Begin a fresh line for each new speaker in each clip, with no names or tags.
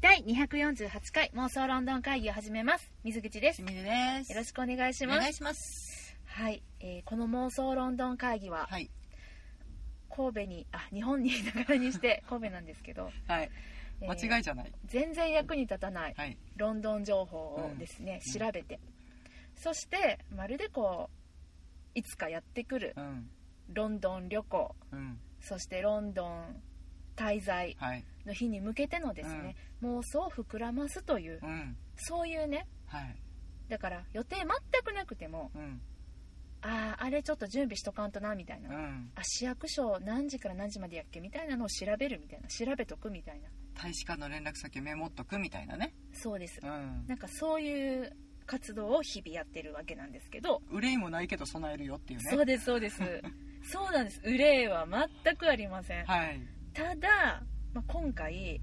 第248回妄想ロンドン会議を始めます水口です
清水です。
よろしくお願いし
お
ます
願いします。
はい、えーこの妄想ロンドン会議は
はい。
神戸にあ日本にいながらに して神戸なんですけど、
はい。
えー
間違いじゃない。
全然役に立たない
はい。
ロンドン情報をですね、
うん
調べて、そしてまるでこういつかやってくる
うん。
ロンドン旅行
うん。
そしてロンドン滞在
はい。
の日に向けてのですね、妄想を膨らますという、
うん。
そういうね
はい。
だから予定全くなくても
うん。
あああれちょっと準備しとかんとなみたいな、
うん。
あ市役所何時から何時までやっけみたいなのを調べるみたいな調べとくみたいな
大使館の連絡先メモっとくみたいなね。
そうです
うん。
なんかそういう活動を日々やってるわけなんですけど、
憂いもないけど備えるよっていうね。
そうですそう ですそうなんです憂いは全くありません
はい。
ただ、まあ、今回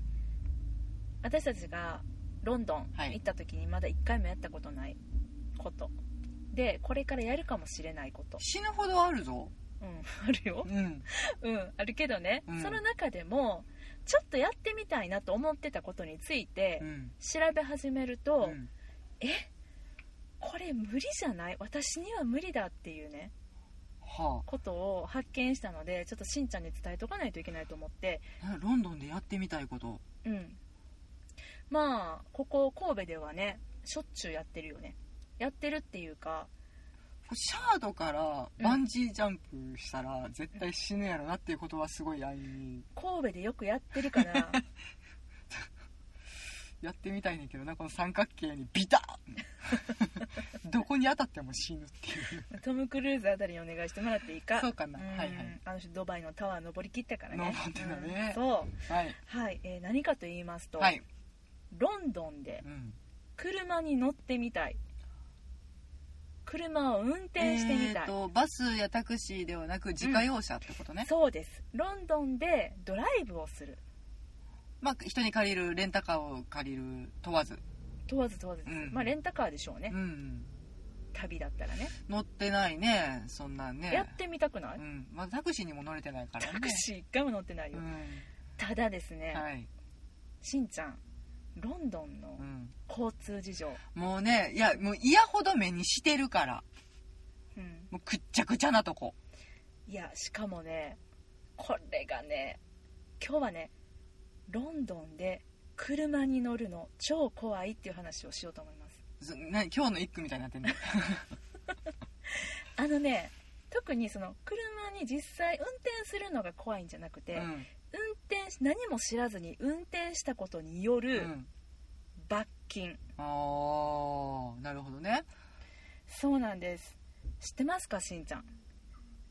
私たちがロンドン
はい
行った時にまだ1回もやったことないことでこれからやるかもしれないこと、
死ぬほどあるぞ。
うん、あるよ
うん。
うんあるけどね、
うん
その中でもちょっとやってみたいなと思ってたことについて
うん。
調べ始める
う
と、
ん
これ無理じゃない私には無理だっていうね
は
ことを発見したのでちょっとしんちゃんに伝えとかないといけないと思って
あ。ロンドンでやってみたいこと。
うんまあここ神戸ではねしょっちゅうやってるよねやってるっていうか
シャードからバンジージャンプしたら絶対死ぬやろなっていうことはすごい安易に
神戸でよくやってるから
やってみたいねんけどなこの三角形にビタ ッどこに当たっても死ぬっていう
トム・クルーズあたりにお願いしてもらっていいか
そうかな
うん
はいはい
あの人ドバイのタワー登りきったからね
登ってたね
うんそう
はい
はい、えー何かと言いますと、
はい、
ロンドンで
うん、
車に乗ってみたい車を運転してみたい、
えーとバスやタクシーではなく自家用車ってことね、
そうですロンドンでドライブをする
まあ人に借りるレンタカーを借りる問わず、
問わず問わずです、
うん
まあレンタカーでしょうね、
うん、
旅だったらね
乗ってないねそんなんね
やってみたくない、
うんまあ、タクシーにも乗れてないからね
タクシー一回も乗ってないよ、
うん
ただですね、
はい、
しんちゃんロンドンの
うん、
交通事情、
もうねいやもう嫌ほど目にしてるから
うん
もうくっちゃくちゃなとこ
いやしかもねこれがね今日はねロンドンで車に乗るの超怖いっていう話をしようと思います
ずな今日の一句みたいになってんね
あのね特にその車に実際運転するのが怖いんじゃなくて、
うん
運転し何も知らずに運転したことによ
う
る
ん
罰金、
ああなるほどね
そうなんです知ってますかしんちゃん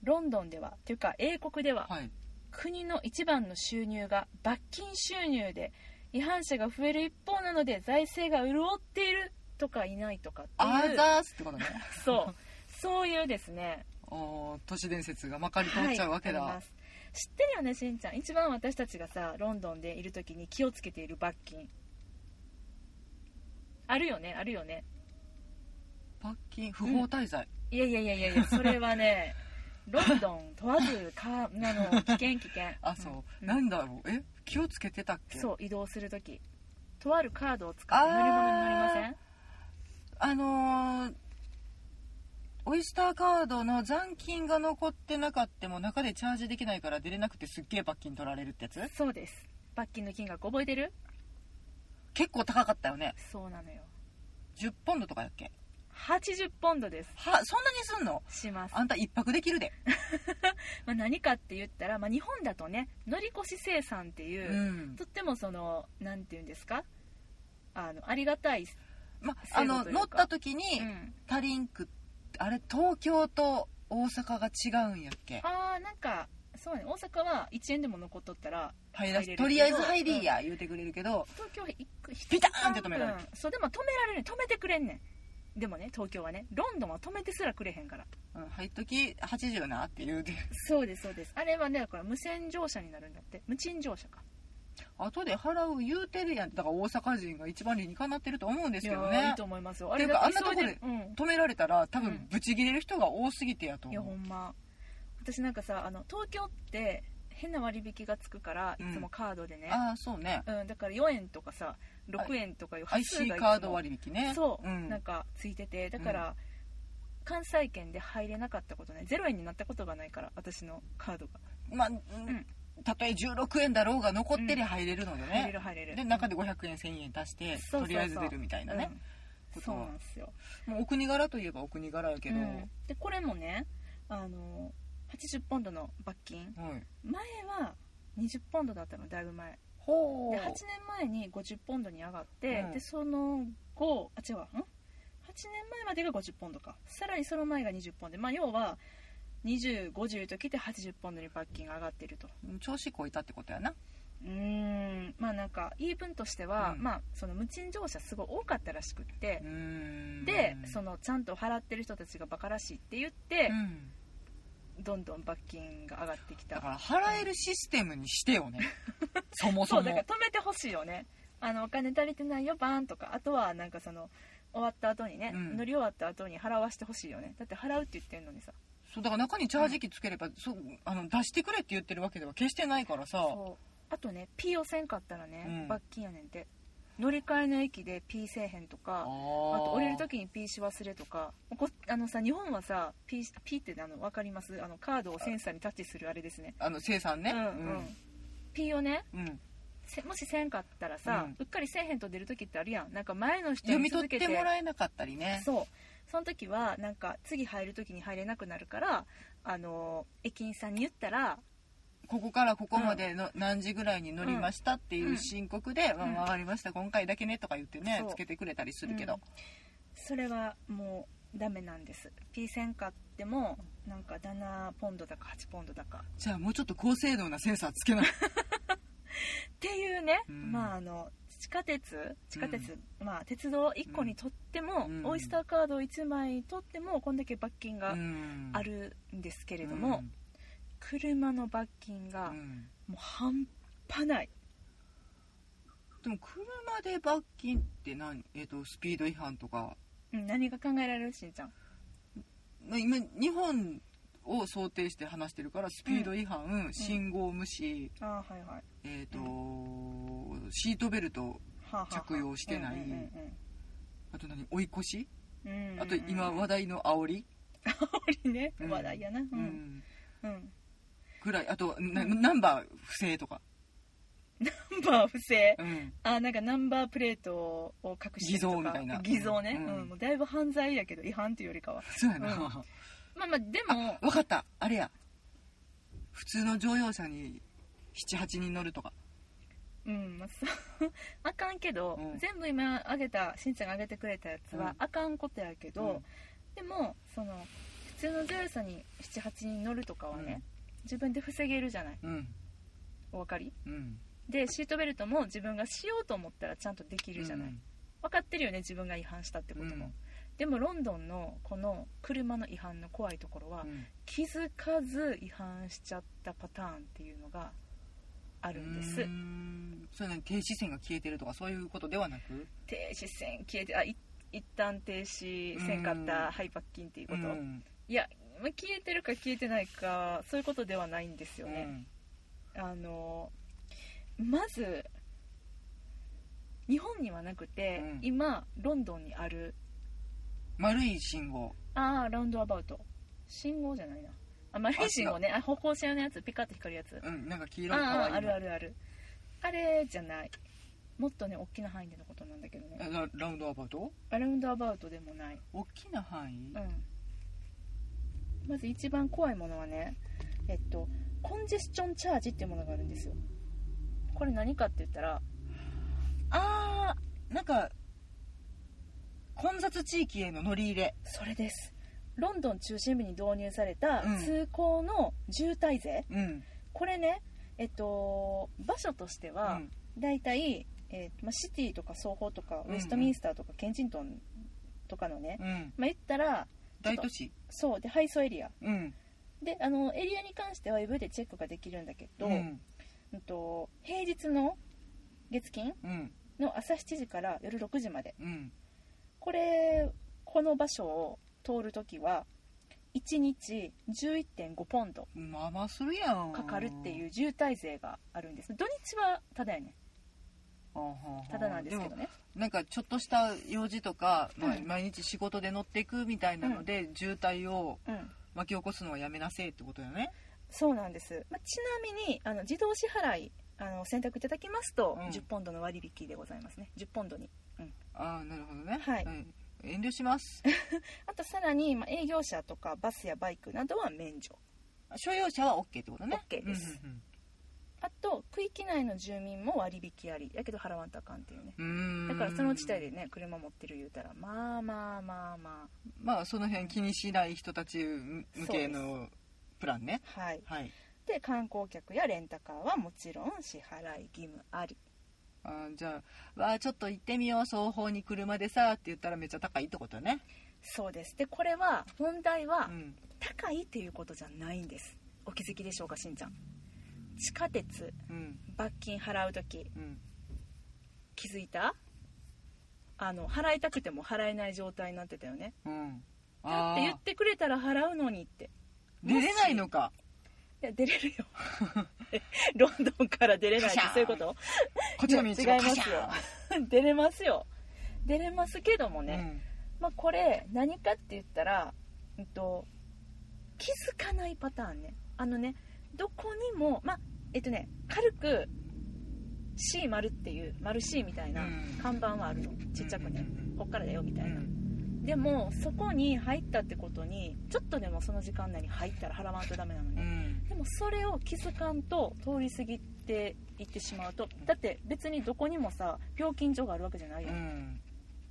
ロンドンではというか英国では、
はい
国の一番の収入が罰金収入で違反者が増える一方なので財政が潤っているとかいないとかって
ア
い
ー
う
ザースってことね
そうそういうですね
おー都市伝説がまかり通っちゃうわけだ、
はいあります知ってるよねしんちゃん一番私たちがさロンドンでいる時に気をつけている罰金あるよねあるよね
罰金不法滞在、
いやいやいやい やいやそれはねロンドン問わずかなの危険危険
あそう、
うん
なんだろうえ気をつけてたっけ
そう移動する時とあるカードを使って乗り物に乗りません
あのーオイスターカードの残金が残ってなかっても中でチャージできないから出れなくてすっげえ罰金取られるってやつ
そうです罰金の金額覚えてる
結構高かったよね
そうなのよ
10ポンドとかやっけ
80ポンドです
はそんなにすんの
します、
あんた一泊できるで
まあ、何かって言ったら、まあ、日本だとね乗り越し生産っていうう、
ん
とってもそのなんていうんですかあのありがたい、
まあ
制度
の
というか
乗った時に
うん、
足りんくってあれ東京と大阪が違うんやっけ
あーなんかそうね大阪は1円でも残っとったら
入
れ
ら
るけ
す
ど
とりあえず入りや言うてくれるけど、
東京行く
ピターンって止められる
るそうでも止められる止めてくれんねんでもね東京はねロンドンは止めてすらくれへんから
うん、入っとき80なって言うて
そうですそうですあれはねだから無線乗車になるんだって無賃乗車か
後で払う言うてるやんだから大阪人が一番理にかなってると思うんで
い
す
や
けど
ーいい
ね
と思いますよ
っ
あ
てい
れ
う
だ
か
け急い
あんなと
るうん
止められたら多
う
分
ん
ブチギレる人が多すぎてやと
いや
思う、
ほんま私なんかさあの東京って変な割引がつくからい
うん
つもカードでね、
ああそうね
うんだから4円とかさ6円とかいう端数
IC
がいつも
カード割引ね
そう、
ん、
なんかついててだから、関西圏で入れなかったことない0円になったことがないから私のカードが
まあ、うん
ん
たとえ16円だろうが残ってりゃ入れるので
入れ
ね
る、入れる
で中で500円1000円足して
そうそうそう
とりあえず出るみたいなね、
うん
こと
そう
は
なんですよ
もうお国柄といえばお国柄やけど、
うんでこれもねあの80ポンドの罰金
はい、
前は20ポンドだったのだいぶ前
ほう
で8年前に50ポンドに上がって、
うん
でその後あ違うん8年前までが50ポンドかさらにその前が20ポンドまあ要は2050ときて80ポンドに罰金が上がってると
調子こいたってことやな
うーんまあなんか言い分としては、
うん
まあその無賃乗車すごい多かったらしくって
う、ん
でそのちゃんと払ってる人たちがバカらしいって言って
う、ん
どんどん罰金が上がってき
だ
た
から払えるシステムにして よねそもそ
そ
も
うだから止めてほしいよねあのお金足りてないよバーンとかあとはなんかその終わった後にね、
うん
乗り終わった後に払わしてほしいよねだって払うって言ってんのにさ
そうだから中にチャージ機つければ、そうあの出してくれって言ってるわけでは決してないからさ
そうあとね P をせんかったらね、
うん
罰金やねんって乗り換えの駅で P せえへんと
あ
か
ー
あと降りる時に P し忘れとかこあのさ日本はさ P, P ってあの分かりますあのカードをセンサーにタッチするあれですね
あの生産ね
うんうん、P をね
うんうん
せもしせんかったらさ、
う
うんっかりせえへんと出る時ってあるやんなんか前の人
読
に
み
続
取
け
っててもらえなかったりね
そうその時はなんか次入る時に入れなくなるからあの駅員さんに言ったら
ここからここまでの何時ぐらいに乗りましたっていう申告で「
ん
まあ
うん
わかりました今回だけね」とか言ってね
そう
つけてくれたりするけど、
それはもうダメなんです P せんかってもなんか7ポンドだか8ポンドだか
じゃあもうちょっと高性能なセンサーつけない
っていうね、
うん
まああの地下鉄地下鉄、まあ鉄道1個にとっても、
うん
オイスターカード1枚にとってもこんだけ罰金が
うん
あるんですけれども、車の罰金
う
が
ん
もう半端ない
でも車で罰金って何、えっとスピード違反とか
うん何が考えられるしんちゃん
まあ今日本を想定して話してるからスピード違反、信号無視、
あーはいはい
えっとシートベルト
はあはあはあ
着用してない
うんうん
あと何追い越し、
うんうんうんうん
あと今話題の煽り、
煽りね
うん
話題やなう
うんん
うん
ぐらいあとな
うん
ナンバー不正とか、
ナンバー不正
うん
あなんかナンバープレートを隠してるとか
偽造みたいな
偽造ね
うん
うんもうだいぶ犯罪やけど違反っていうよりかは
そうやな、
うんまあまあでも
あ分かったあれや普通の乗用車に78人乗るとか
うん、まあ、そう あかんけど、
うん
全部今あげたしんちゃんがあげてくれたやつは、
うん
あかんことやけど、でもその普通の乗用車に78人乗るとかはね、自分で防げるじゃない
うん
お分かり
うん
でシートベルトも自分がしようと思ったらちゃんとできるじゃない、分かってるよね自分が違反したってことも、
うん
でもロンドンのこの車の違反の怖いところは、
うん
気づかず違反しちゃったパターンっていうのがあ
あ
るんです、
それ何停止線が消えてるとかそういうことではなく
停止線消えてあい一旦停止せんかっ
うん
たハイパッキンっていうこと、
うん
いやまあ消えてるか消えてないかそういうことではないんですよね、あのまず日本にはなくて、
うん
今ロンドンにある
丸い信号
ああラウンドアバウト信号じゃないなあ丸い信号ねあ歩行者用のやつピカって光るやつ
うんなんか黄
あ
色い可
あ
愛い
ー
の
あるあるあるあれじゃないもっとね大きな範囲でのことなんだけどね
えララウンドアバウト
ラウンドアバウトでもない
大きな範囲
うん、まず一番怖いものはねえっとコンジェスチョンチャージっていうものがあるんですよこれ何かって言ったら
あーなんか混雑地域への乗り入れ
それですロンドン中心部に導入された
うん
通行の渋滞税、
うん
これねえっと場所としては
うん
だいたいえーまあ、シティとかソーホーとか
うん
ウェストミンスターとかケンジントンとかのね、
うん
まあ、言ったら
大都市
そうで配送エリア
うん
であのエリアに関してはウェブでチェックができるんだけど、
うん
うんと平日の月金
うん
の朝7時から夜6時まで
うん
これこの場所を通るときは1日11.5ポンド
まあまあするやん
かかるっていう渋滞税があるんです土日はただやね
あはあはあ
ただなんですけ
も
どね
なんかちょっとした用事とか、まあ
うん
毎日仕事で乗っていくみたいなので、渋滞を
うん
巻き起こすのはやめなせえってことよね
そうなんです、まあ、ちなみにあの自動支払いあの選択いただきますと、
うん
10ポンドの割引でございますね10ポンドに
ああなるほどね
はい
ん遠慮します
あとさらに、まあ、営業者とかバスやバイクなどは免除
所有者は OK ってことね
OK です
うん
あと区域内の住民も割引ありやけど払わんとあかんっていうね
うんうんうー
だ
ん
からその地帯でね車持ってる言うたらまあまあまあま
まあその辺気にしない人たち向けのプランね
あはい
はい
で観光客やレンタカーはもちろん支払い義務あり
あーじゃあわあちょっと行ってみよう双方に車でさって言ったらめっちゃ高いってことね
そうですでこれは問題は
うん
高いっていうことじゃないんですお気づきでしょうかしんちゃん地下鉄
うん
罰金払う時
うん
気づいたあの払いたくても払えない状態になってたよね
うん
だって言
あ
ってくれたら払うのにって
ー出れないのか
いや出れるよ ロンドンから出れないって
カシャン
そういうこと
こっちの道が
いや違いますよ
カシャ
出れますよ出れますけども
ーン
ね、まあ、これ何かって言ったら、うんと、気づかないパターンねあのねどこにも、まあえっとね、軽く C 丸っていう丸 C みたいな
うん
看板はあるのちっちゃくね
うんうんうん
こっからだよみた
う
いなんでもそこに入ったってことにちょっとでもその時間内に入ったら払わんとダメなの
う
ね
ん
でもそれを気づかんと通り過ぎていってしまうとだって別にどこにもさ料金所があるわけじゃないよ
うん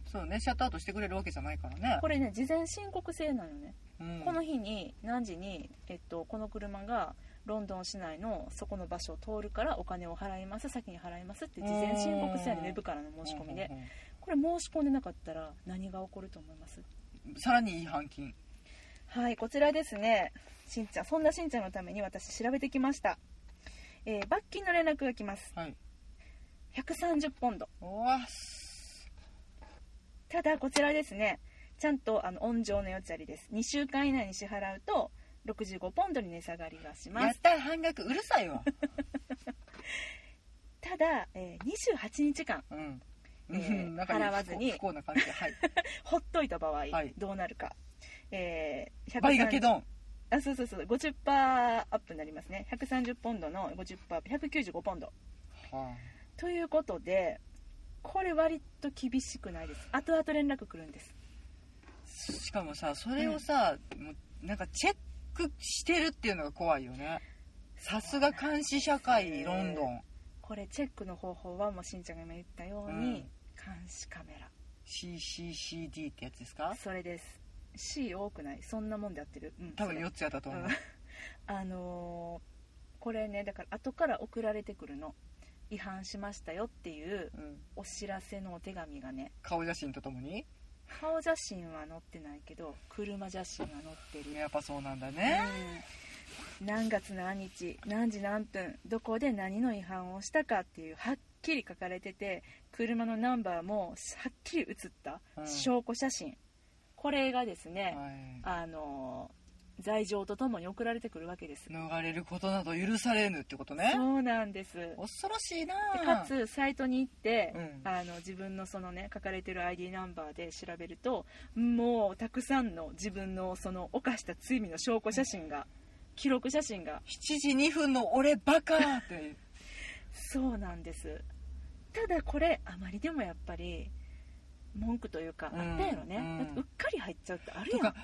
そうねシャットアウトしてくれるわけじゃないからね
これね事前申告制なのね
うん
この日に何時に、えっと、この車がロンドン市内のそこの場所を通るからお金を払います先に払いますって事前申告制の
うん
ウェブからの申し込みで
うんうんうん
これ申し込んでなかったら何が起こると思います
さらに違反金
はいこちらですねしんちゃんそんなしんちゃんのために私調べてきました、えー罰金の連絡が来ます
はい
130ポンド
おわっす
ただこちらですねちゃんとあの温情の余地ありです2週間以内に支払うと65ポンドに値下がりがします
やった半額うるさいわ
ただ、えー28日間
うん
えー
うんなんか
払わずに
不幸な感じ ではい
ほっといた場合、
い
どうなるか、えー130
倍がけ どん
あそうそうそう50%アップになりますね130ポンドの50%アップ195ポンド
は
ということでこれ割と厳しくないです後々連絡来るんです
あしかもさそれをさ、もうなんかチェックしてるっていうのが怖いよねさすが監視社会ロンドン
これチェックの方法はもうしんちゃんが今言ったよう
う
に、
ん
監視カメラ
CCCD ってやつですか
それです C 多くないそんなもんで合ってる、うん、
多分
それ
4つやったと思う、
あのーこれねだから後から送られてくるの違反しましたよっていう
うん、
お知らせのお手紙がね
顔写真とともに
顔写真は載ってないけど車写真は載ってる
やっぱそうなんだね、
うん何月何日何時何分どこで何の違反をしたかっていうはっきり書かれてて車のナンバーもはっきり写った
うん
証拠写真、これがですね、
はい
あのー罪状とともに送られてくるわけです、
逃れることなど許されぬってことね
そうなんですで
恐ろしいな
かつサイトに行って、
うん
あの自分のそのね書かれてる ID ナンバーで調べるともうたくさんの自分のその犯した罪の証拠写真が記録写真が
7時2分の俺バカって
そうなんですただこれあまりでもやっぱり文句というか、
うん
あったやろね、
うん
だってうっかり入っちゃうってある
と
や
か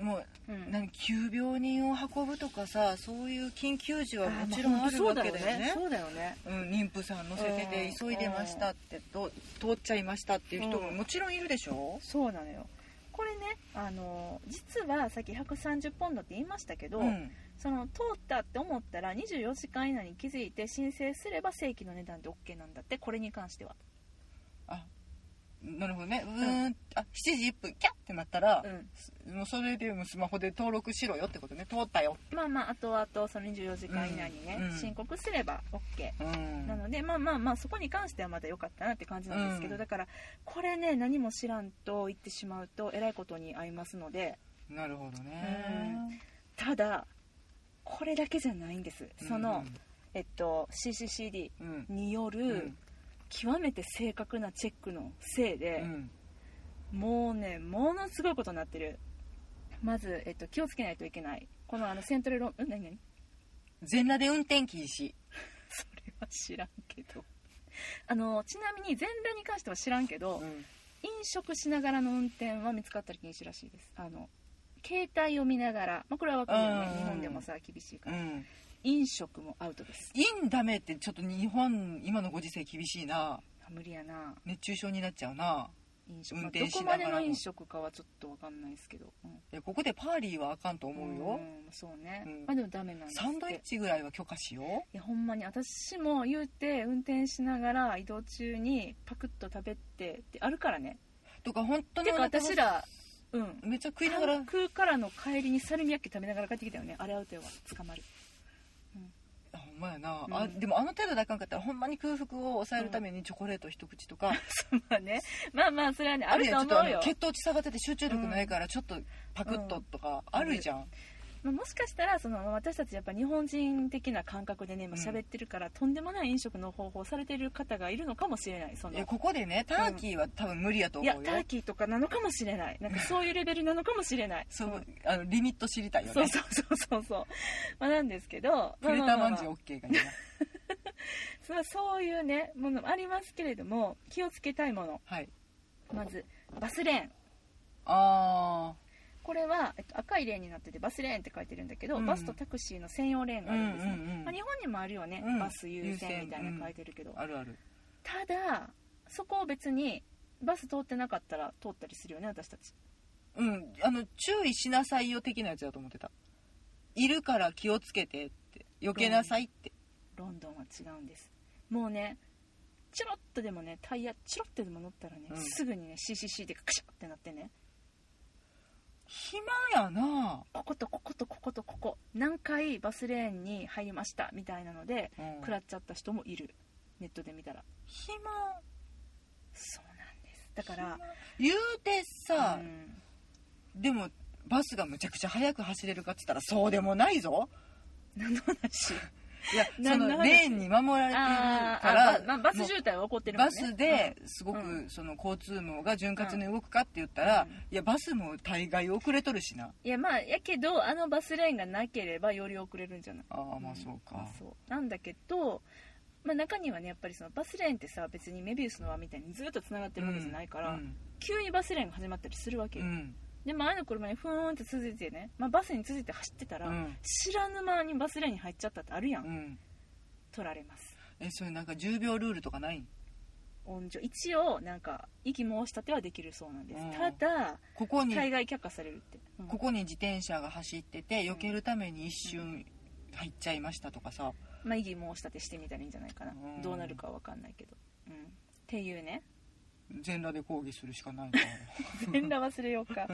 ん、
も
う
うん何急病人を運ぶとかさそういう緊急時はもちろんある
ま
わ
あ
けだよね
そうだよね
うん、妊婦さん乗せてて
うん
急いでましたってと通っちゃいましたっていう人ももちろんいるでしょ、
そうなのよこれねあの実はさっき130ポンドって言いましたけど、
うん
その通ったって思ったら24時間以内に気づいて申請すれば正規の値段で OK なんだってこれに関しては、
あなるほどねうーんあ7時1分キャッってなったら
う、ん、
もうそれでもうスマホで登録しろよってことね通ったよ、
まあまああとあとその24時間以内にね、
うん
申告すれば OK
うん、
なのでまあまあまあそこに関してはまだ良かったなって感じなんですけど、
うん
だからこれね何も知らんと言ってしまうとえらいことに合いますので
なるほどね
ただこれだけじゃないんですその、えっと、CCCD
うんうん
による、
うん
極めて正確なチェックのせいで
う、ん
もうねものすごいことになってるまず、えっと、気をつけないといけないこのあのセントレロンうん何何
全裸で運転禁止
それは知らんけどあのちなみに全裸に関しては知らんけど、飲食しながらの運転は見つかったら禁止らしいですあの携帯を見ながら、まあ、これは分かるよね
うん
日本でもさ厳しいか
う
ら、
ん
飲食もアウトです
インダメってちょっと日本今のご時世厳しいな
あ無理やな
熱中症になっちゃうな
飲食、
運
まあ
転
ど
し
こ
なが
ま
らも
での飲食かはちょっと分かんないですけど、うん
いやここでパーリーはあかんと思うよ
んそうね、
うん
まあでもダメなんですって
サンドイッチぐらいは許可しよ
い
う
やほんまに私も言うて運転しながら移動中にパクッと食べてってあるからね
とか本当に
てか私らうん
めっちゃ食いながら
関空からの帰りにサルミヤッキ食べながら帰ってきたよねあれアウトやわ捕まる
あほんまやな、
うん
あでもあの程度であかんかったらほんまに空腹を抑えるためにチョコレート一口とか、
まあねまあまあそれはねあ
ある
る
い
と
はち
思
ょっとあ
う
の
よ
血糖値下がってて集中力ないからちょっとパクッととかあるじゃん、
まあ、もしかしたらその私たちやっぱ日本人的な感覚でね今
うん
喋ってるから、とんでもない飲食の方法をされてる方がいるのかもしれないその
いやここでねターキーは多分無理やと
い
思う
や
よ、
ターキーとかなのかもしれないなんかそういうレベルなのかもしれない
そうあのリミット知りたいよね
そうそうそうそうそう、まあ、なんですけど
プレタ
まあ
ー
まあま
マン
あ
ジー OK がいいな
そうそういうねものもありますけれども気をつけたいもの
はい
まずバスレーン
あ
これは、えっと、赤いレーンになっててバスレーンって書いてるんだけど、
うん
バスとタクシーの専用レーン
ー
があるんですね、
うんうん
まあ、日本にもあるよね、
うん
バス優先みたいな
優先
の書いてるけど、
あるある
ただそこを別にバス通ってなかったら通ったりするよね私たち
うんあの注意しなさいよ的なやつだと思ってたいるから気をつけてって避けなさいって、
ロンドンは違うんですもうねチロッとでもねタイヤチロッとでも乗ったらね、
うん
すぐにね CCC でクシャってなってね
暇やな、
こことこことこことここ何回バスレーンに入りましたみたいなので
うん
食らっちゃった人もいるネットで見たら
暇
そうなんですだから
言うてさ
う、ん
でもバスがむちゃくちゃ速く走れるかっつったらそうでもないぞ
何の話
いや そ
な
の
な
レーンに守られてる
あー
か
あ
ら
ばまあバス渋滞は起こってるもん
バ
ね
スですご
う
くその交通網が潤滑に動くかって言ったら、
うん
いやバスも大概遅れとるしない
やまあやけどあのバスレーンがなければより遅れるんじゃない
ああまあそうか、
んそうなんだけど、まあ、中にはねやっぱりそのバスレーンってさ別にメビウスの輪みたいにずっとつながってるわけじゃないから、
うん
急にバスレーンが始まったりするわけ
う
よ、
ん
で前の車にふーんって続いてね、まあ、バスに続いて走ってた
う
ら、
ん
知らぬ間にバスレーンに入っちゃったってあるやん、
うん
取られます
えそれなんか10秒ルールとかないん
温情一応なんか息申し立てはできるそうなんです、
うん
ただ
ここに
海外却下されるって、うん
ここに自転車が走ってて避けるために一瞬入っちゃいましたとかさ、
まあ、異議申し立てしてみたらいいんじゃないかな、
うん
どうなるかは分かんないけど、うん、っていうね
全裸で抗議するしかないから
全裸忘れよう か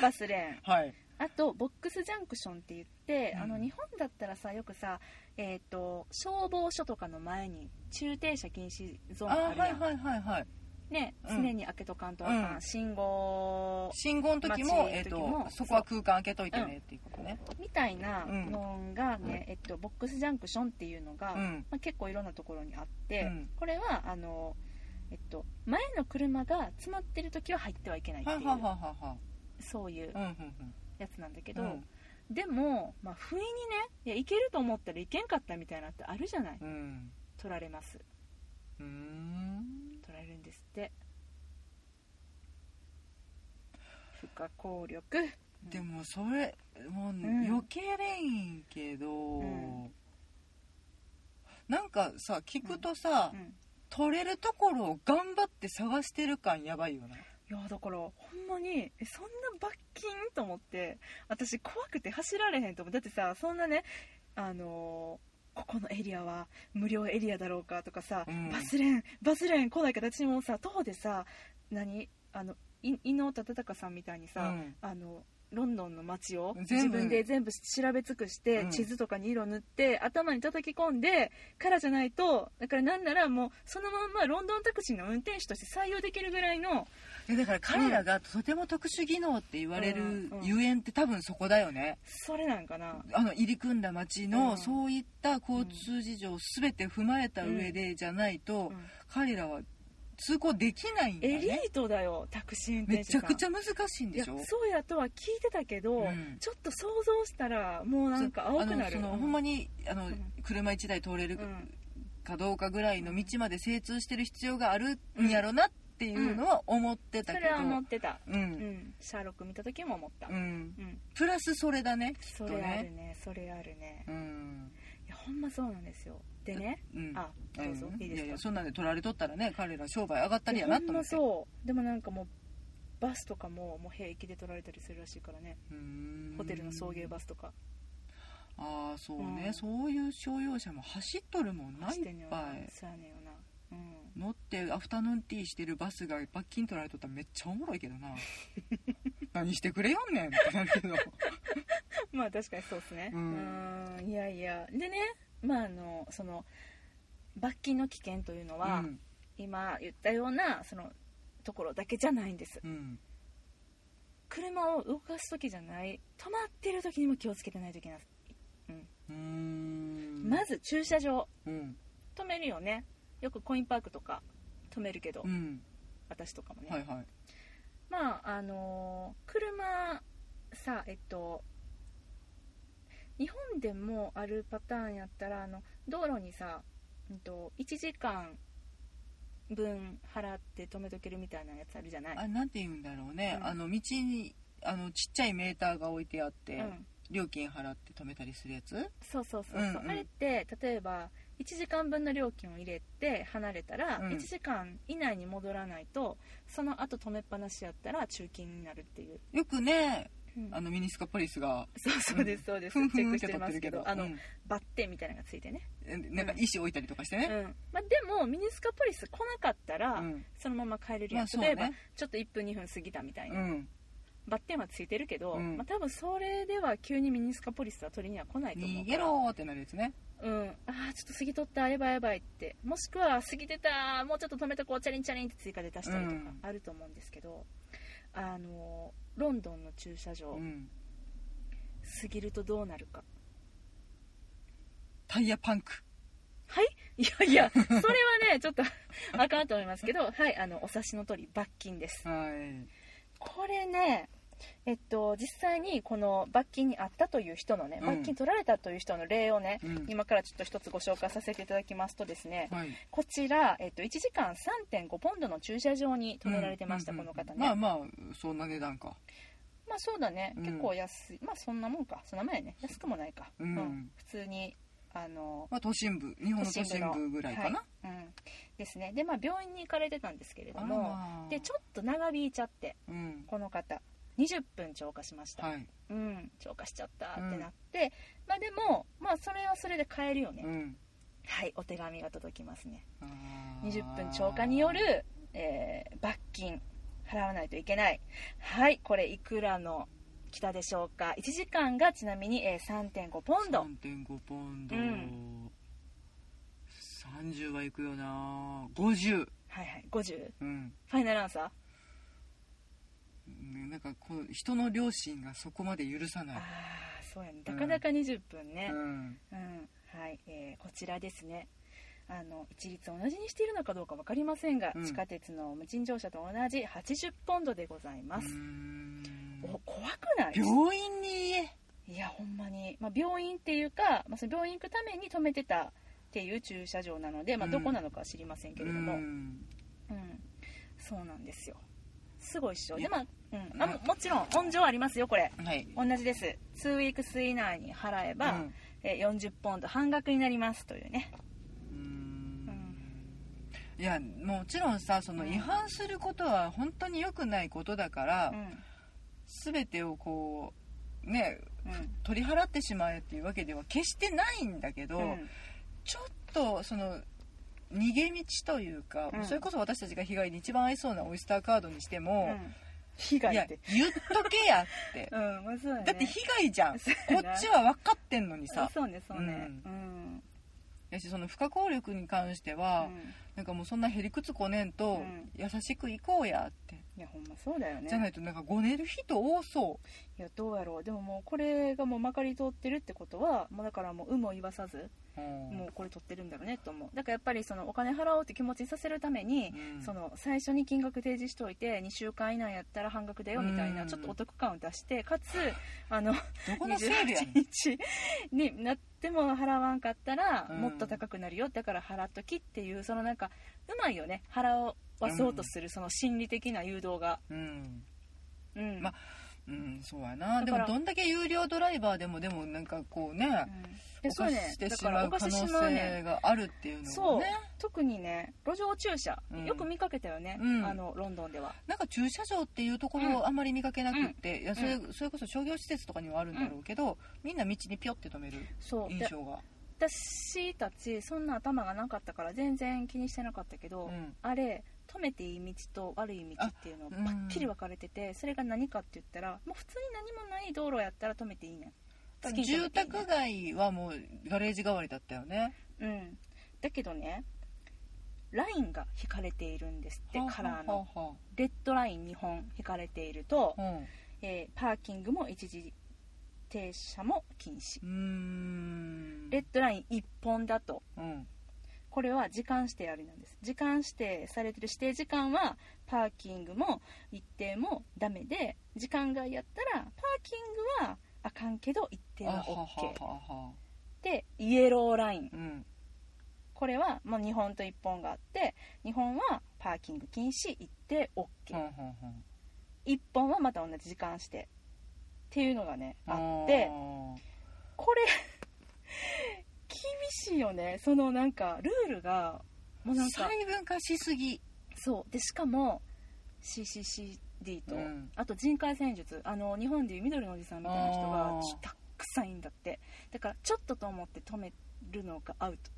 バスレー ン
はい
あとボックスジャンクションって言って、
うん
あの日本だったらさよくさ、えー、と消防署とかの前に駐停車禁止ゾーン
あ
あ
あ
るやん
はいはいはいはい
ね、
うん
常に開けとかんとあかん、
うん
信号
信号の時
街の
も
時
えー、
も
とそこは空間開けといてねっていうことね
みたいな
うん
のがね、えっと、ボックスジャンクションっていうのが、
うん、
まあ、結構いろんなところにあって、
うん
これはあの、えっと、前の車が詰まってる時は入ってはいけないって、
はいいうはいはいはいはい
そういう
うんうんうん
やつなんだけ
う
ど、
ん
でも、まあ、不意にねいやいけると思ったらいけんかったみたいなのってあるじゃない
うん
取られます
うーん
取られるんですって不可抗力
でもそれもう
うん
余計れんけど、
うん
なんかさ聞くとさ、
うん
取れるところを頑張って探してる感やばいよない
やだからほんまにえそんな罰金と思って私怖くて走られへんと思うだってさそんなねあのーここのエリアは無料エリアだろうかとかさ、
うん
バスレーンバスレーン来ないから私もさ徒歩でさ何あのい伊能忠敬さんみたいにさ、
うん
あのロンドンの街を自
全部
分で全部調べ尽くして、
うん
地図とかに色塗って頭に叩き込んでからじゃないとだからなんならもうそのまんまロンドンタクシーの運転手として採用できるぐらいの
えだから彼らがとても特殊技能って言われる
うんうん
ゆえんって多分そこだよね
それなんかな
あの入り組んだ町
う
の
ん
そういった交通事情を全て踏まえた上でじゃない
う
と
ん
彼らは通行できないんだ
エリ
ね
ートだよタクシー運転手
めち
さん
ゃくちゃ難しいんでしょ
いやそうやとは聞いてたけど、
うん
ちょっと想像したらもうなんか青くなる
あのその
うん
ほんまにあの
うん
車1台通れる
うん
かどうかぐらいの道まで精通してる必要があるんやろなっていうのは思って
そ
たけど
れは思ってた、
う
うん
ん
シャーロック見た時も思った、
うん
うん
プラスそれだねきっと
それある
ね
ねそれあるね
うん
いやほんまそうなんですよでね
うん
あどうぞ、
ん
いい
いやい
で
や
す
そんなんで取られとったらね彼ら商売上がった
か
りやなと
ほん
思っ
ま
て
そうでもなんかもうバスとかももう平気で取られたりするらしいからね
うん
ホテルの送迎バスとか
ああそうね、
うん
そういう商用車も走っとるもんない
走
っ
ってんのよな
ぱい
そうやねんよなうん
乗ってアフタヌーンティーしてるバスが罰金取られとったらめっちゃおもろいけどな 何してくれよんねんってなるけど
まあ確かにそうですねう
うん
ーんいやいやでねまああのその罰金の危険というのは、
うん
今言ったようなそのところだけじゃないんです
うん
車を動かす時じゃない止まってる時にも気をつけてないといけない、
うーん
まず駐車場
うん
止めるよねよくコインパークとか止めるけど、
うん
私とかもね、
はいはい
まああのー車さえっと日本でもあるパターンやったらあの道路にさ、うんと、1時間分払って止めとけるみたいなやつあるじゃない
あなんて言うんだろうね、
うん
あの道にあのちっちゃいメーターが置いてあって、
うん、
料金払って止めたりするやつ
そうそうそうそう、
うんうん
あれって例えば1時間分の料金を入れて離れたら、
うん
1時間以内に戻らないとその後止めっぱなしやったら中金になるっていう、
よくね
うん
あのミニスカポリスが
そうそうですそうです、
ふん
チ
ふ
ェッ
ん
ク
っ
してて
撮っ
ま
て
す
る
け
け
ど
ど
あの、
うん
バッテンみたいなのがついてね、
なんか石置いたりとかしてね、
うんまあ、でもミニスカポリス来なかったら、
うん
そのまま帰れる
ま
や
あ
ん、
そう
例えば
ね
ちょっと1分2分過ぎたみたいうな、
ん
バッテンはついてるけど、
うん
まあ、多分それでは急にミニスカポリスは取りには来ないと思う
逃げろーってなるやつね
うん、ああちょっと過ぎとったやばいやばいってもしくは過ぎてたもうちょっと止めとこうチャリンチャリンって追加で出したりとか
うん
あると思うんですけど、あのロンドンの駐車場、
うん
過ぎるとどうなるか
タイヤパンク
はい いやいやそれはねちょっとあかんと思いますけどはいあのお察しの通り罰金です
はい
これね、えっと、実際にこの罰金にあったという人のね、
うん
罰金取られたという人の例をね、
うん
今からちょっと一つご紹介させていただきますとですね、
はい
こちら、えっと、1時間3.5ポンドの駐車場に止められてました、
うん
この方ね、
ま
ま
あ
あ、
まあそんな値段か
そうだね、
うん
結構安いまあそんなもんかそんなもんやね安くもないか、
うん
普通にあの
まあ都心部日本の都心部ぐらいかな、
はいうん、ですねでまあ病院に行かれてたんですけれども
あら
でちょっと長引いちゃって
うん
この方20分超過しました、
はい
うん、超過しちゃったってなって、まあでも、まあ、それはそれで買えるよね、
うん
はいお手紙が届きますね
あー
20分超過による、えー罰金払わないといけないはいこれいくらの来たでしょうか1時間がちなみに、えー3.5ポンド
3.5ポンド、
うん
30はいくよな50
はいはい50
うん
ファイナルアンサー、
ねなんかこう人の両親がそこまで許さない
ああそうやねなかなか20分ね
うん
うん、はい、えーこちらですねあの一律同じにしているのかどうか分かりませんが、
うん
地下鉄の無賃乗車と同じ80ポンドでございます、
うん
お怖くない
病院に言え
いやほんまに、まあ、病院っていうか、まあ、その病院行くために止めてたっていう駐車場なので、まあ、
うん
どこなのかは知りませんけれども、
う
うん
ん
そうなんですよすごいっしょ
い
で
や
まあ、うん、あ
うん
ももちろん温情ありますよこれ
はい
同じです2ウィークス以内に払えば、
うん
えー40ポンド半額になりますというね
いやもちろんさその
うん
違反することは本当に良くないことだから、
うん
全てをこうね
うん
取り払ってしまえっていうわけでは決してないんだけど、
うん
ちょっとその逃げ道というか、
うん
それこそ私たちが被害に一番合いそうなオイスターカードにしても、
被
い
害
や
って
言っとけやって
うんま あそうやね
だって被害じゃんこ
そうやな
っちは分かってんのにさ
そうねそうねうん
やしその不可抗力に関して
う
は、
ん
なんかもうそんなへりくつこねん
う
と
ん
優しくいこうやって、
いやほんまそうだよね
じゃないとなんかごねる人多そ
いやどうやろうでももうこれがもうまかり通ってるってことはもうだからもう有無を言わさず
う、うん
もうこれ取ってるんだろうねと思うだからやっぱりそのお金払おうって気持ちにさせるために、
うん
その最初に金額提示しておいて2週間以内やったら半額だよみたいな、
うん
ちょっとお得感を出してかつあの
どこのセールやね
28
ん
日になっても払わんかったら、
うん
もっと高くなるよだから払っときっていうそのなんかうまいよね払わそうとするその心理的な誘導が、
うん
うん
まうんそうやな
だ
で
から
もどんだけ有料ドライバーでもでもなんかこうね、
うんでそう
犯
ね
して
だ
し
から
まう
犯
可
し
能
てしまうねん
性があるっていうの
そ
も
う
ね
特にね路上駐車、
うん
よく見かけたよね、
うん
あのロンドンでは
なんか駐車場っていうとこ
う
ろ
ん
をあんまり見かけなくって、いやそれ
う
それこそ商業施設とかにはあるんだろうけど、みんな道にピョって止める
そう
印
で
象が、
私たちそんな頭がなかったから全然気にしてなかったけど、
うん
あれ止めていい道と悪い道っていうのをパッキリ分かれてて、それが何かって言ったらもう普通に何もない道路やったら止めていいねん好きに止め
住
ていいねん
宅街はもうガレージ代わりだったよね
うんだけどねラインが引かれているんですってカラーの
はあは
レッドライン2本引かれていると
あ、はあ
えーパーキングも一時停車も禁止
うんうーん
レッドライン1本だと
うん
これは時間指定ありなんです時間指定されてる指定時間はパーキングも一定もダメで時間外やったらパーキングはあかんけど一定
あは
は
は
OK
はは
でイエローライン
うん
これは、まあ、2本と1本があって2本はパーキング禁止一定 OK、
はあはあは
1本はまた同じ時間指定っていうのがね
あ
あって
あ
これ 厳しいよねそのなんかルールがもう
ー
なんか
細分化しすぎ
そうでしかも CCCD と、
うん
あと人海戦術あの日本でいう緑のおじさんみたいな人が
あー
ちたっくさんいんだってだからちょっとと思って止めるのがアウト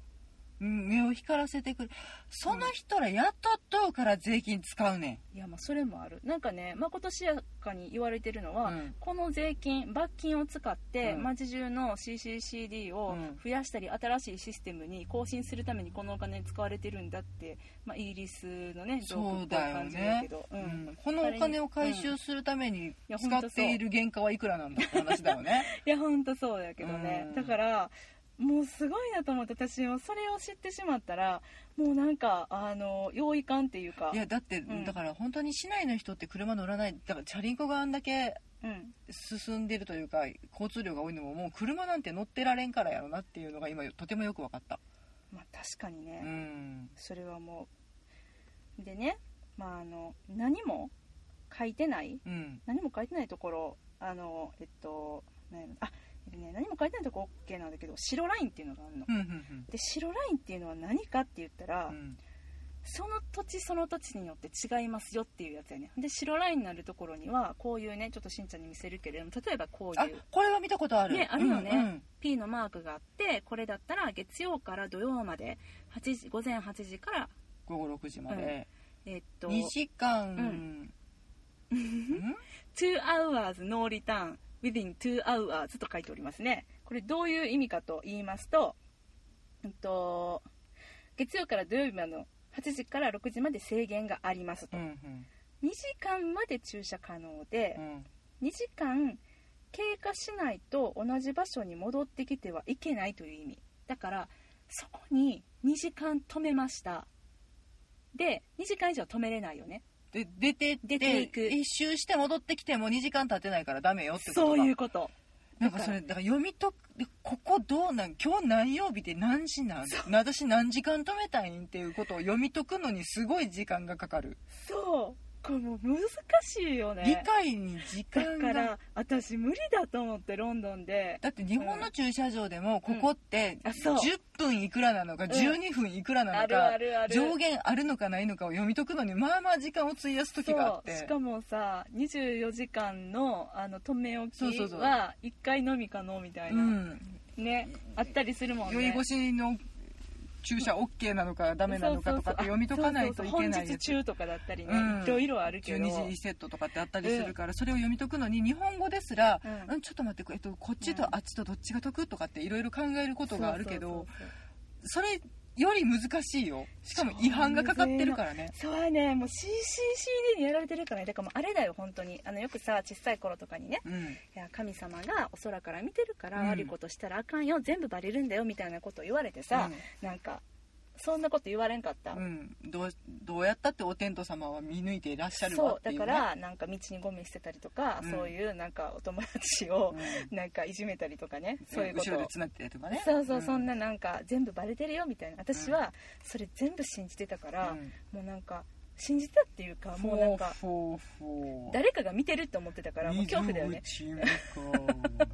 うん目を光らせてくるその人ら雇っとうから税金使うね
いやまあそれもあるなんかねまことしやかに言われてるの
ん、
は、
うん
この税金罰金を使って、
うん
街中の CCCD を
うん
増やしたり新しいシステムに更新するためにこのお金使われてるんだって、まあ、イギリスのねジョークっぽい感じだけどう
うんんこのお金を回収するために
や
使っている原価はいくらなんだって話だよね
いやほんとそうだけどね、
うん
だからもうすごいなと思って私もそれを知ってしまったらもうなんかあの用意感っていうか
いやだって、
ん
だから本当に市内の人って車乗らないだからチャリンコがあんだけ
うん、
進んでるというか交通量が多いのももう車なんて乗ってられんからやろなっていうのが今とてもよく分かった
まあ、確かにね
う、ん
それはもうでね、まあ、あの何も書いてない
うん
何も書いてないところあのえっと何やろあえっとね何も書いてないとこ OK なんだけど白ラインっていうのがあるの
うんうん
で白ラインっていうのは何かって言ったら、
うんうん
その土地その土地によって違いますよっていうやつやねで白ラインになるところにはこういうねちょっとしんちゃんに見せるけれども例えばこう
あ
いう
これは見たことある
ねあるよね
うんうん
P のマークがあってこれだったら月曜から土曜まで8時午前8時から
午後6時まで、
えっと
2
2
時間、
う
ん
hours no return within 2 hours と書いておりますねこれどういう意味かと言いますと、えっと、月曜から土曜日までの8時から6時まで制限がありますと、
うんうん
2時間まで駐車可能で、
うん
2時間経過しないと同じ場所に戻ってきてはいけないという意味だからそこに2時間止めましたで2時間以上止めれないよね
で出てって
出ていく
一周して戻ってきても2時間経てないからダメよってことだ
そういうこと
なんかそれだから読みとここどうなん今日何曜日で何時なん私何時間止めたいんっていうことを読み解くのにすごい時間がかかる、
そうこれもう難しいよ
理
ね
解に時
だ
間
か
が
ら私無理だと思ってロンドンで
だって日本の駐車場でもここって
あそう
10分いくらなのか
ん
12分いくらな
あ
の
る
か
あるある
上限あるのかないのかを読み解くのにまあまあ時間を費やす時があっ
そうしてかもさ24時間のあの止め置き
そうそうそう
は1回のみ可能みたいな
うん
ねあったりするもんね
酔い越しの注射 OK なのかダメなのかとかって読み解かない
そうそ
といけない
うそう本日
やつ
中とかだったりね、
うん
いろいろあるけど
12時リセットとかってあったりするからそれを読み解くのに日本語ですら
うん
うんちょっと待ってこ,、えっと、こっちとあっちとどっちが得とかっていろいろ考えることがあるけどそれより難しいよしかも違反がかかってるからね
そうやねもう CCCD にやられてるからねだからもうあれだよ本当にあのよくさ小さい頃とかにね
うん
いや神様がお空から見てるから、
うん
悪いことしたらあかんよ全部バレるんだよみたいなこと言われてさ、なんかそんなこと言われんかった、
うん、どうどうやったってお天道様は見抜いていらっしゃるわ
そう
って
だ
いう、ね、
からなんか道にゴミ捨てたりとか、
うん
そういうなんかお友達を
うん、
なんかいじめたりとかね、そういうこ
後
と
ろでつなってたりとかね
そうそうそん
な、
ななんか全部バレてるよみたいな私はそれ全部信じてたから、
うん
もうなんか信じたっていうかもうなんか
フォーフォー
誰かが見てると思ってたからもう恐怖だよね
水 口向こ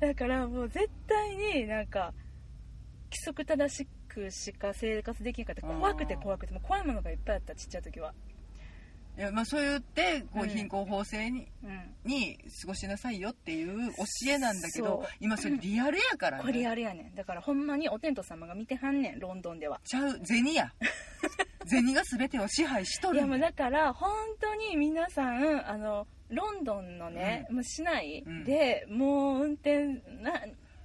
だからもう絶対になんか規則正しくしか生活できなかった
あー
怖くて怖くてもう怖いものがいっぱいあったちっちゃい時は
ういやまあそう言ってこ
う
うん貧困法制に,、
うん
に過ごしなさいよっていう教えなんだけど
そう
今それリアルやから
これ
ね
あれやねんだからほんまにお天道様が見てはんねんロンドンでは
ちゃう 銭や銭が全てを支配しと
い
る
や
ん
も
だ
うだから本当に皆さんあのロンドンのね、もう市内
うん
で、もう運転な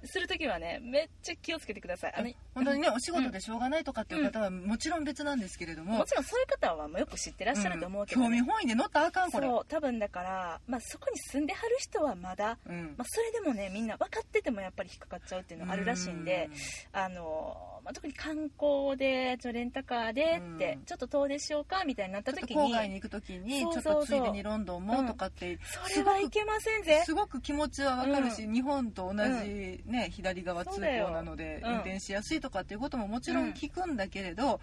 するときはねめっちゃ気をつけてくださいあの
本当にねお仕事でしょうがないとかっていう方はもちろん別なんですけれども、
もちろんそういう方はもうよく知ってらっしゃると思うけど、ね
興味本位で乗ったらあかんこれ
そう多分だから、まあ、そこに住んではる人はまだ、
うん
まあ、それでもねみんな分かっててもやっぱり引っかかっちゃうっていうのがあるらしいんで、あのまあ、特に観光でちょレンタカーでって、
うん
ちょっと遠出しようかみたいになった
ちょっと
時
郊
に
外に行く時にち
そ
ょ
うそ
っ
うそう
とついでにロンドンもとかって
それはいけませんぜ
すごく気持ちはわかるし、日本と同じ、ね左側通
そう
行
だよ
なので
うん
運転しやすいとかっていうことももちろん聞くんだけれど、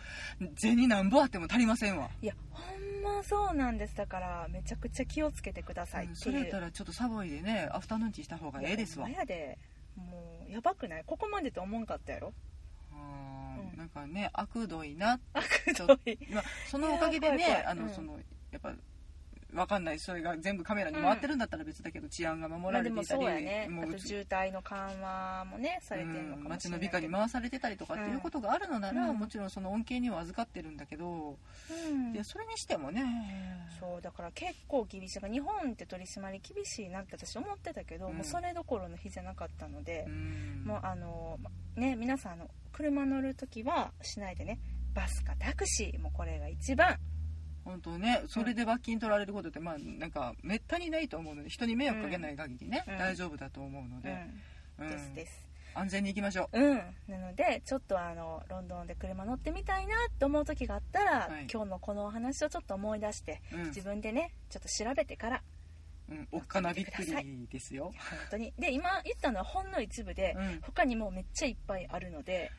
銭なんぼあっても足りませんわ、
いやほんまそうなんですだからめちゃくちゃ気をつけてくださいっ
うん
て
そ
いう、
れやったらちょっとサボイでねアフタヌーンティーした方がええですわ
いやほんまやでもうやばくないここまでと思わんかったやろ
うん
うん
なんかね悪どいな、
あく
ち ょ
どい
まあ、そのおかげで
いや怖い
ね
怖い
あの、
うん
そのやっぱわかんないそれが全部カメラに回ってるんだったら別だけど治安が守
ま
ら
あで
れて
も
いた
そう
り、
やね
も
あ
う
と渋滞の緩和もねされてるのかもし
街
れな
の
いけど
美化に回されてたりとかっていうことがあるのなら、
うん
もちろんその恩恵には預かってるんだけど、
うん
いやそれにしてもね
そうだから結構厳しい日本って取り締まり厳しいなって私思ってたけど、
うん
もうそれどころの日じゃなかったので
う、ん
もうあのまね皆さんあの車乗るときはしないでねバスかタクシーもうこれが一番
本当ねそれで罰金取られることってまあなんかめったにないと思うので人に迷惑かけない限りね、
うん
大丈夫だと思うので、
うん、
うん
ですです
安全に行きましょう
うんなのでちょっとあのロンドンで車乗ってみたいなと思う時があったら、
はい
今日のこのお話をちょっと思い出して、
うん
自分でねちょっと調べてから
うん、おっかなびっくりですよ
いや、本当にで今言ったのはほんの一部で、
うん
他にもめっちゃいっぱいあるので、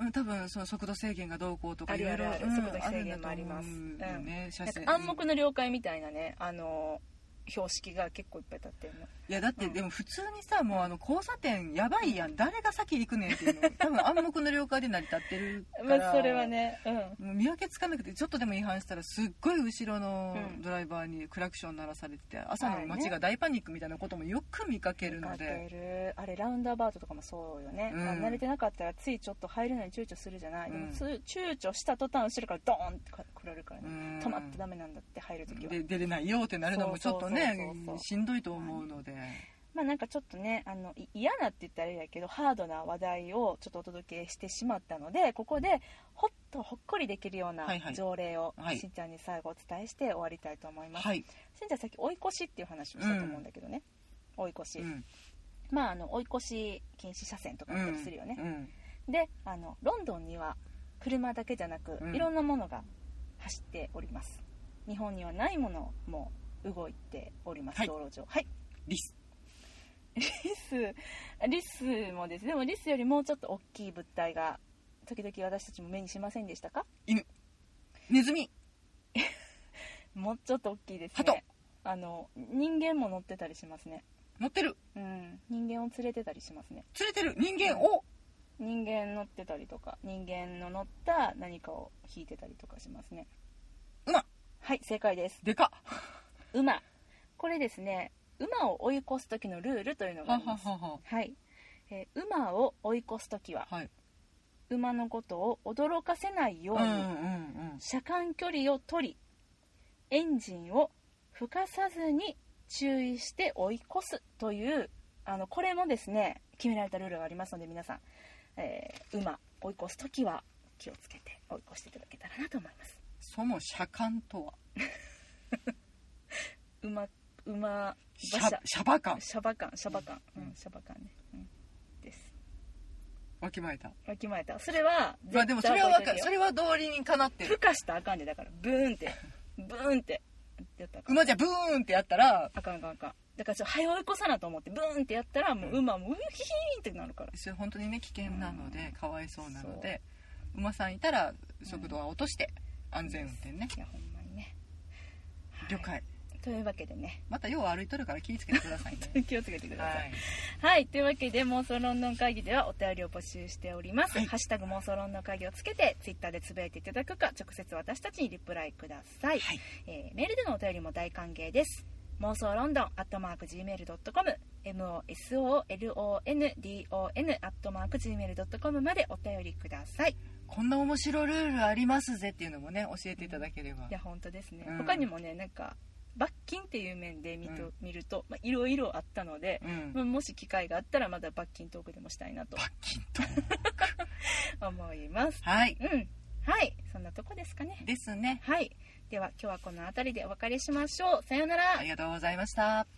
うん、
うん、多分その速度制限がどうこうとか
あ
い
る
ろ
あ
いろ
るある
うん
速度制限もあります
るんだと思うよね車
なん
線
か暗黙の了解みたいなね、あの標識が結構いっぱい立ってるの
いやだって
うん
でも普通にさもうあの交差点やばいやん誰が先行くねんっていうの多分暗黙の了解で成り立ってるか ら、
まあそれはねうん
もう見分けつかなくてちょっとでも違反したらすっごい後ろの
うん
ドライバーにクラクション鳴らされてて朝の街が大パニックみたいなこともよく見かけるので、
立てるあれラウンドアバウトとかもそうよね、
うん
まあ慣れてなかったらついちょっと入るのに躊躇するじゃない、
うん
でもつ躊躇した途端後ろからドーンってか来られるからね、
うん
止まってダメなんだって入るときは
で出れないよってなるのもちょっ
そう
とね
そうそうそう
しんどいと思うので、
まあなんかちょっとねあのい嫌なって言ったらあれだけどハードな話題をちょっとお届けしてしまったのでここでほっとほっこりできるような
はいはい
条例を、
はい
しんちゃんに最後お伝えして終わりたいと思います、
はい、
しんちゃんさっき追い越しっていう話をしたと思うんだけどね、追い越し、
うん
まああの追い越し禁止車線とかだったりするよね、
うん
であのロンドンには車だけじゃなく、
うん
いろんなものが走っております日本にはないものも動いております、
はい
道路上はい
リス
リスリスもですでもリスよりもうちょっと大きい物体が時々私たちも目にしませんでしたか
ネズミ
もうちょっと大きいです
鳩
ねあの人間も乗ってたりしますね
乗ってる
うん人間を連れてたりしますね
連れてる人間を
人間乗ってたりとか人間の乗った何かを引いてたりとかしますね
馬
はい正解です
でかっ
馬これですね馬を追い越す時のルールというのがあ
は
りま
は
す
はは
はい、えー馬を追い越す時は
はい
馬のことを驚かせないよう
うんう
に、
んうん
車間距離を取りエンジンを吹かさずに注意して追い越すというあのこれもですね決められたルールがありますので皆さん、えー馬追い越す時は気をつけて追い越していただけたらなと思います
その車間とは
馬馬
シ
馬
ャ
車
シャバ感
シャバ感シャバ感、う
うんん
シャバ感ね、うん、です
わきまえた
わきまえたそれは
まあでもそれはわか
絶対覚えといてよ
それは道理にかなって
ふ
る
かしたらあかんでだからブーンってブーンってやったらあかん
馬じゃブーンってやったら
あかんあかんあかんだからちょっと早追い越さなと思ってブーンってやったらもう馬もうヒヒーンってなるから
それ本当にね危険なので、かわいそうなの
そ
で馬さんいたら速度は落として、安全運転ね
いやほんまにね、はい
了解
というわけでね
またよう歩いとるから気ぃつけてくださいね
気をつけてください
は
はい、
い
というわけで妄想論の会議ではお便りを募集しております、
はい
ハッシュタグ妄想論の会議をつけてツイッターでつぶやいていただくか直接私たちにリプライください、
はい
えーメールでのお便りも大歓迎です妄想ロンドンアットマーク Gmail.com MOSOLONDON アットマーク Gmail.com までお便りください
こんな面白ルールありますぜっていうのもね教えていただければ
いや本当ですね、
うん
他にもねなんか罰金っていう面で見と、
うん
見るとまあいろいろあったので、
うん
まあもし機会があったらまだ罰金トークでもしたいなと
罰金と
思います
はい
うんはいそんなとこですかね
ですね
はいでは今日はこの辺りでお別れしましょうさようなら
ありがとうございました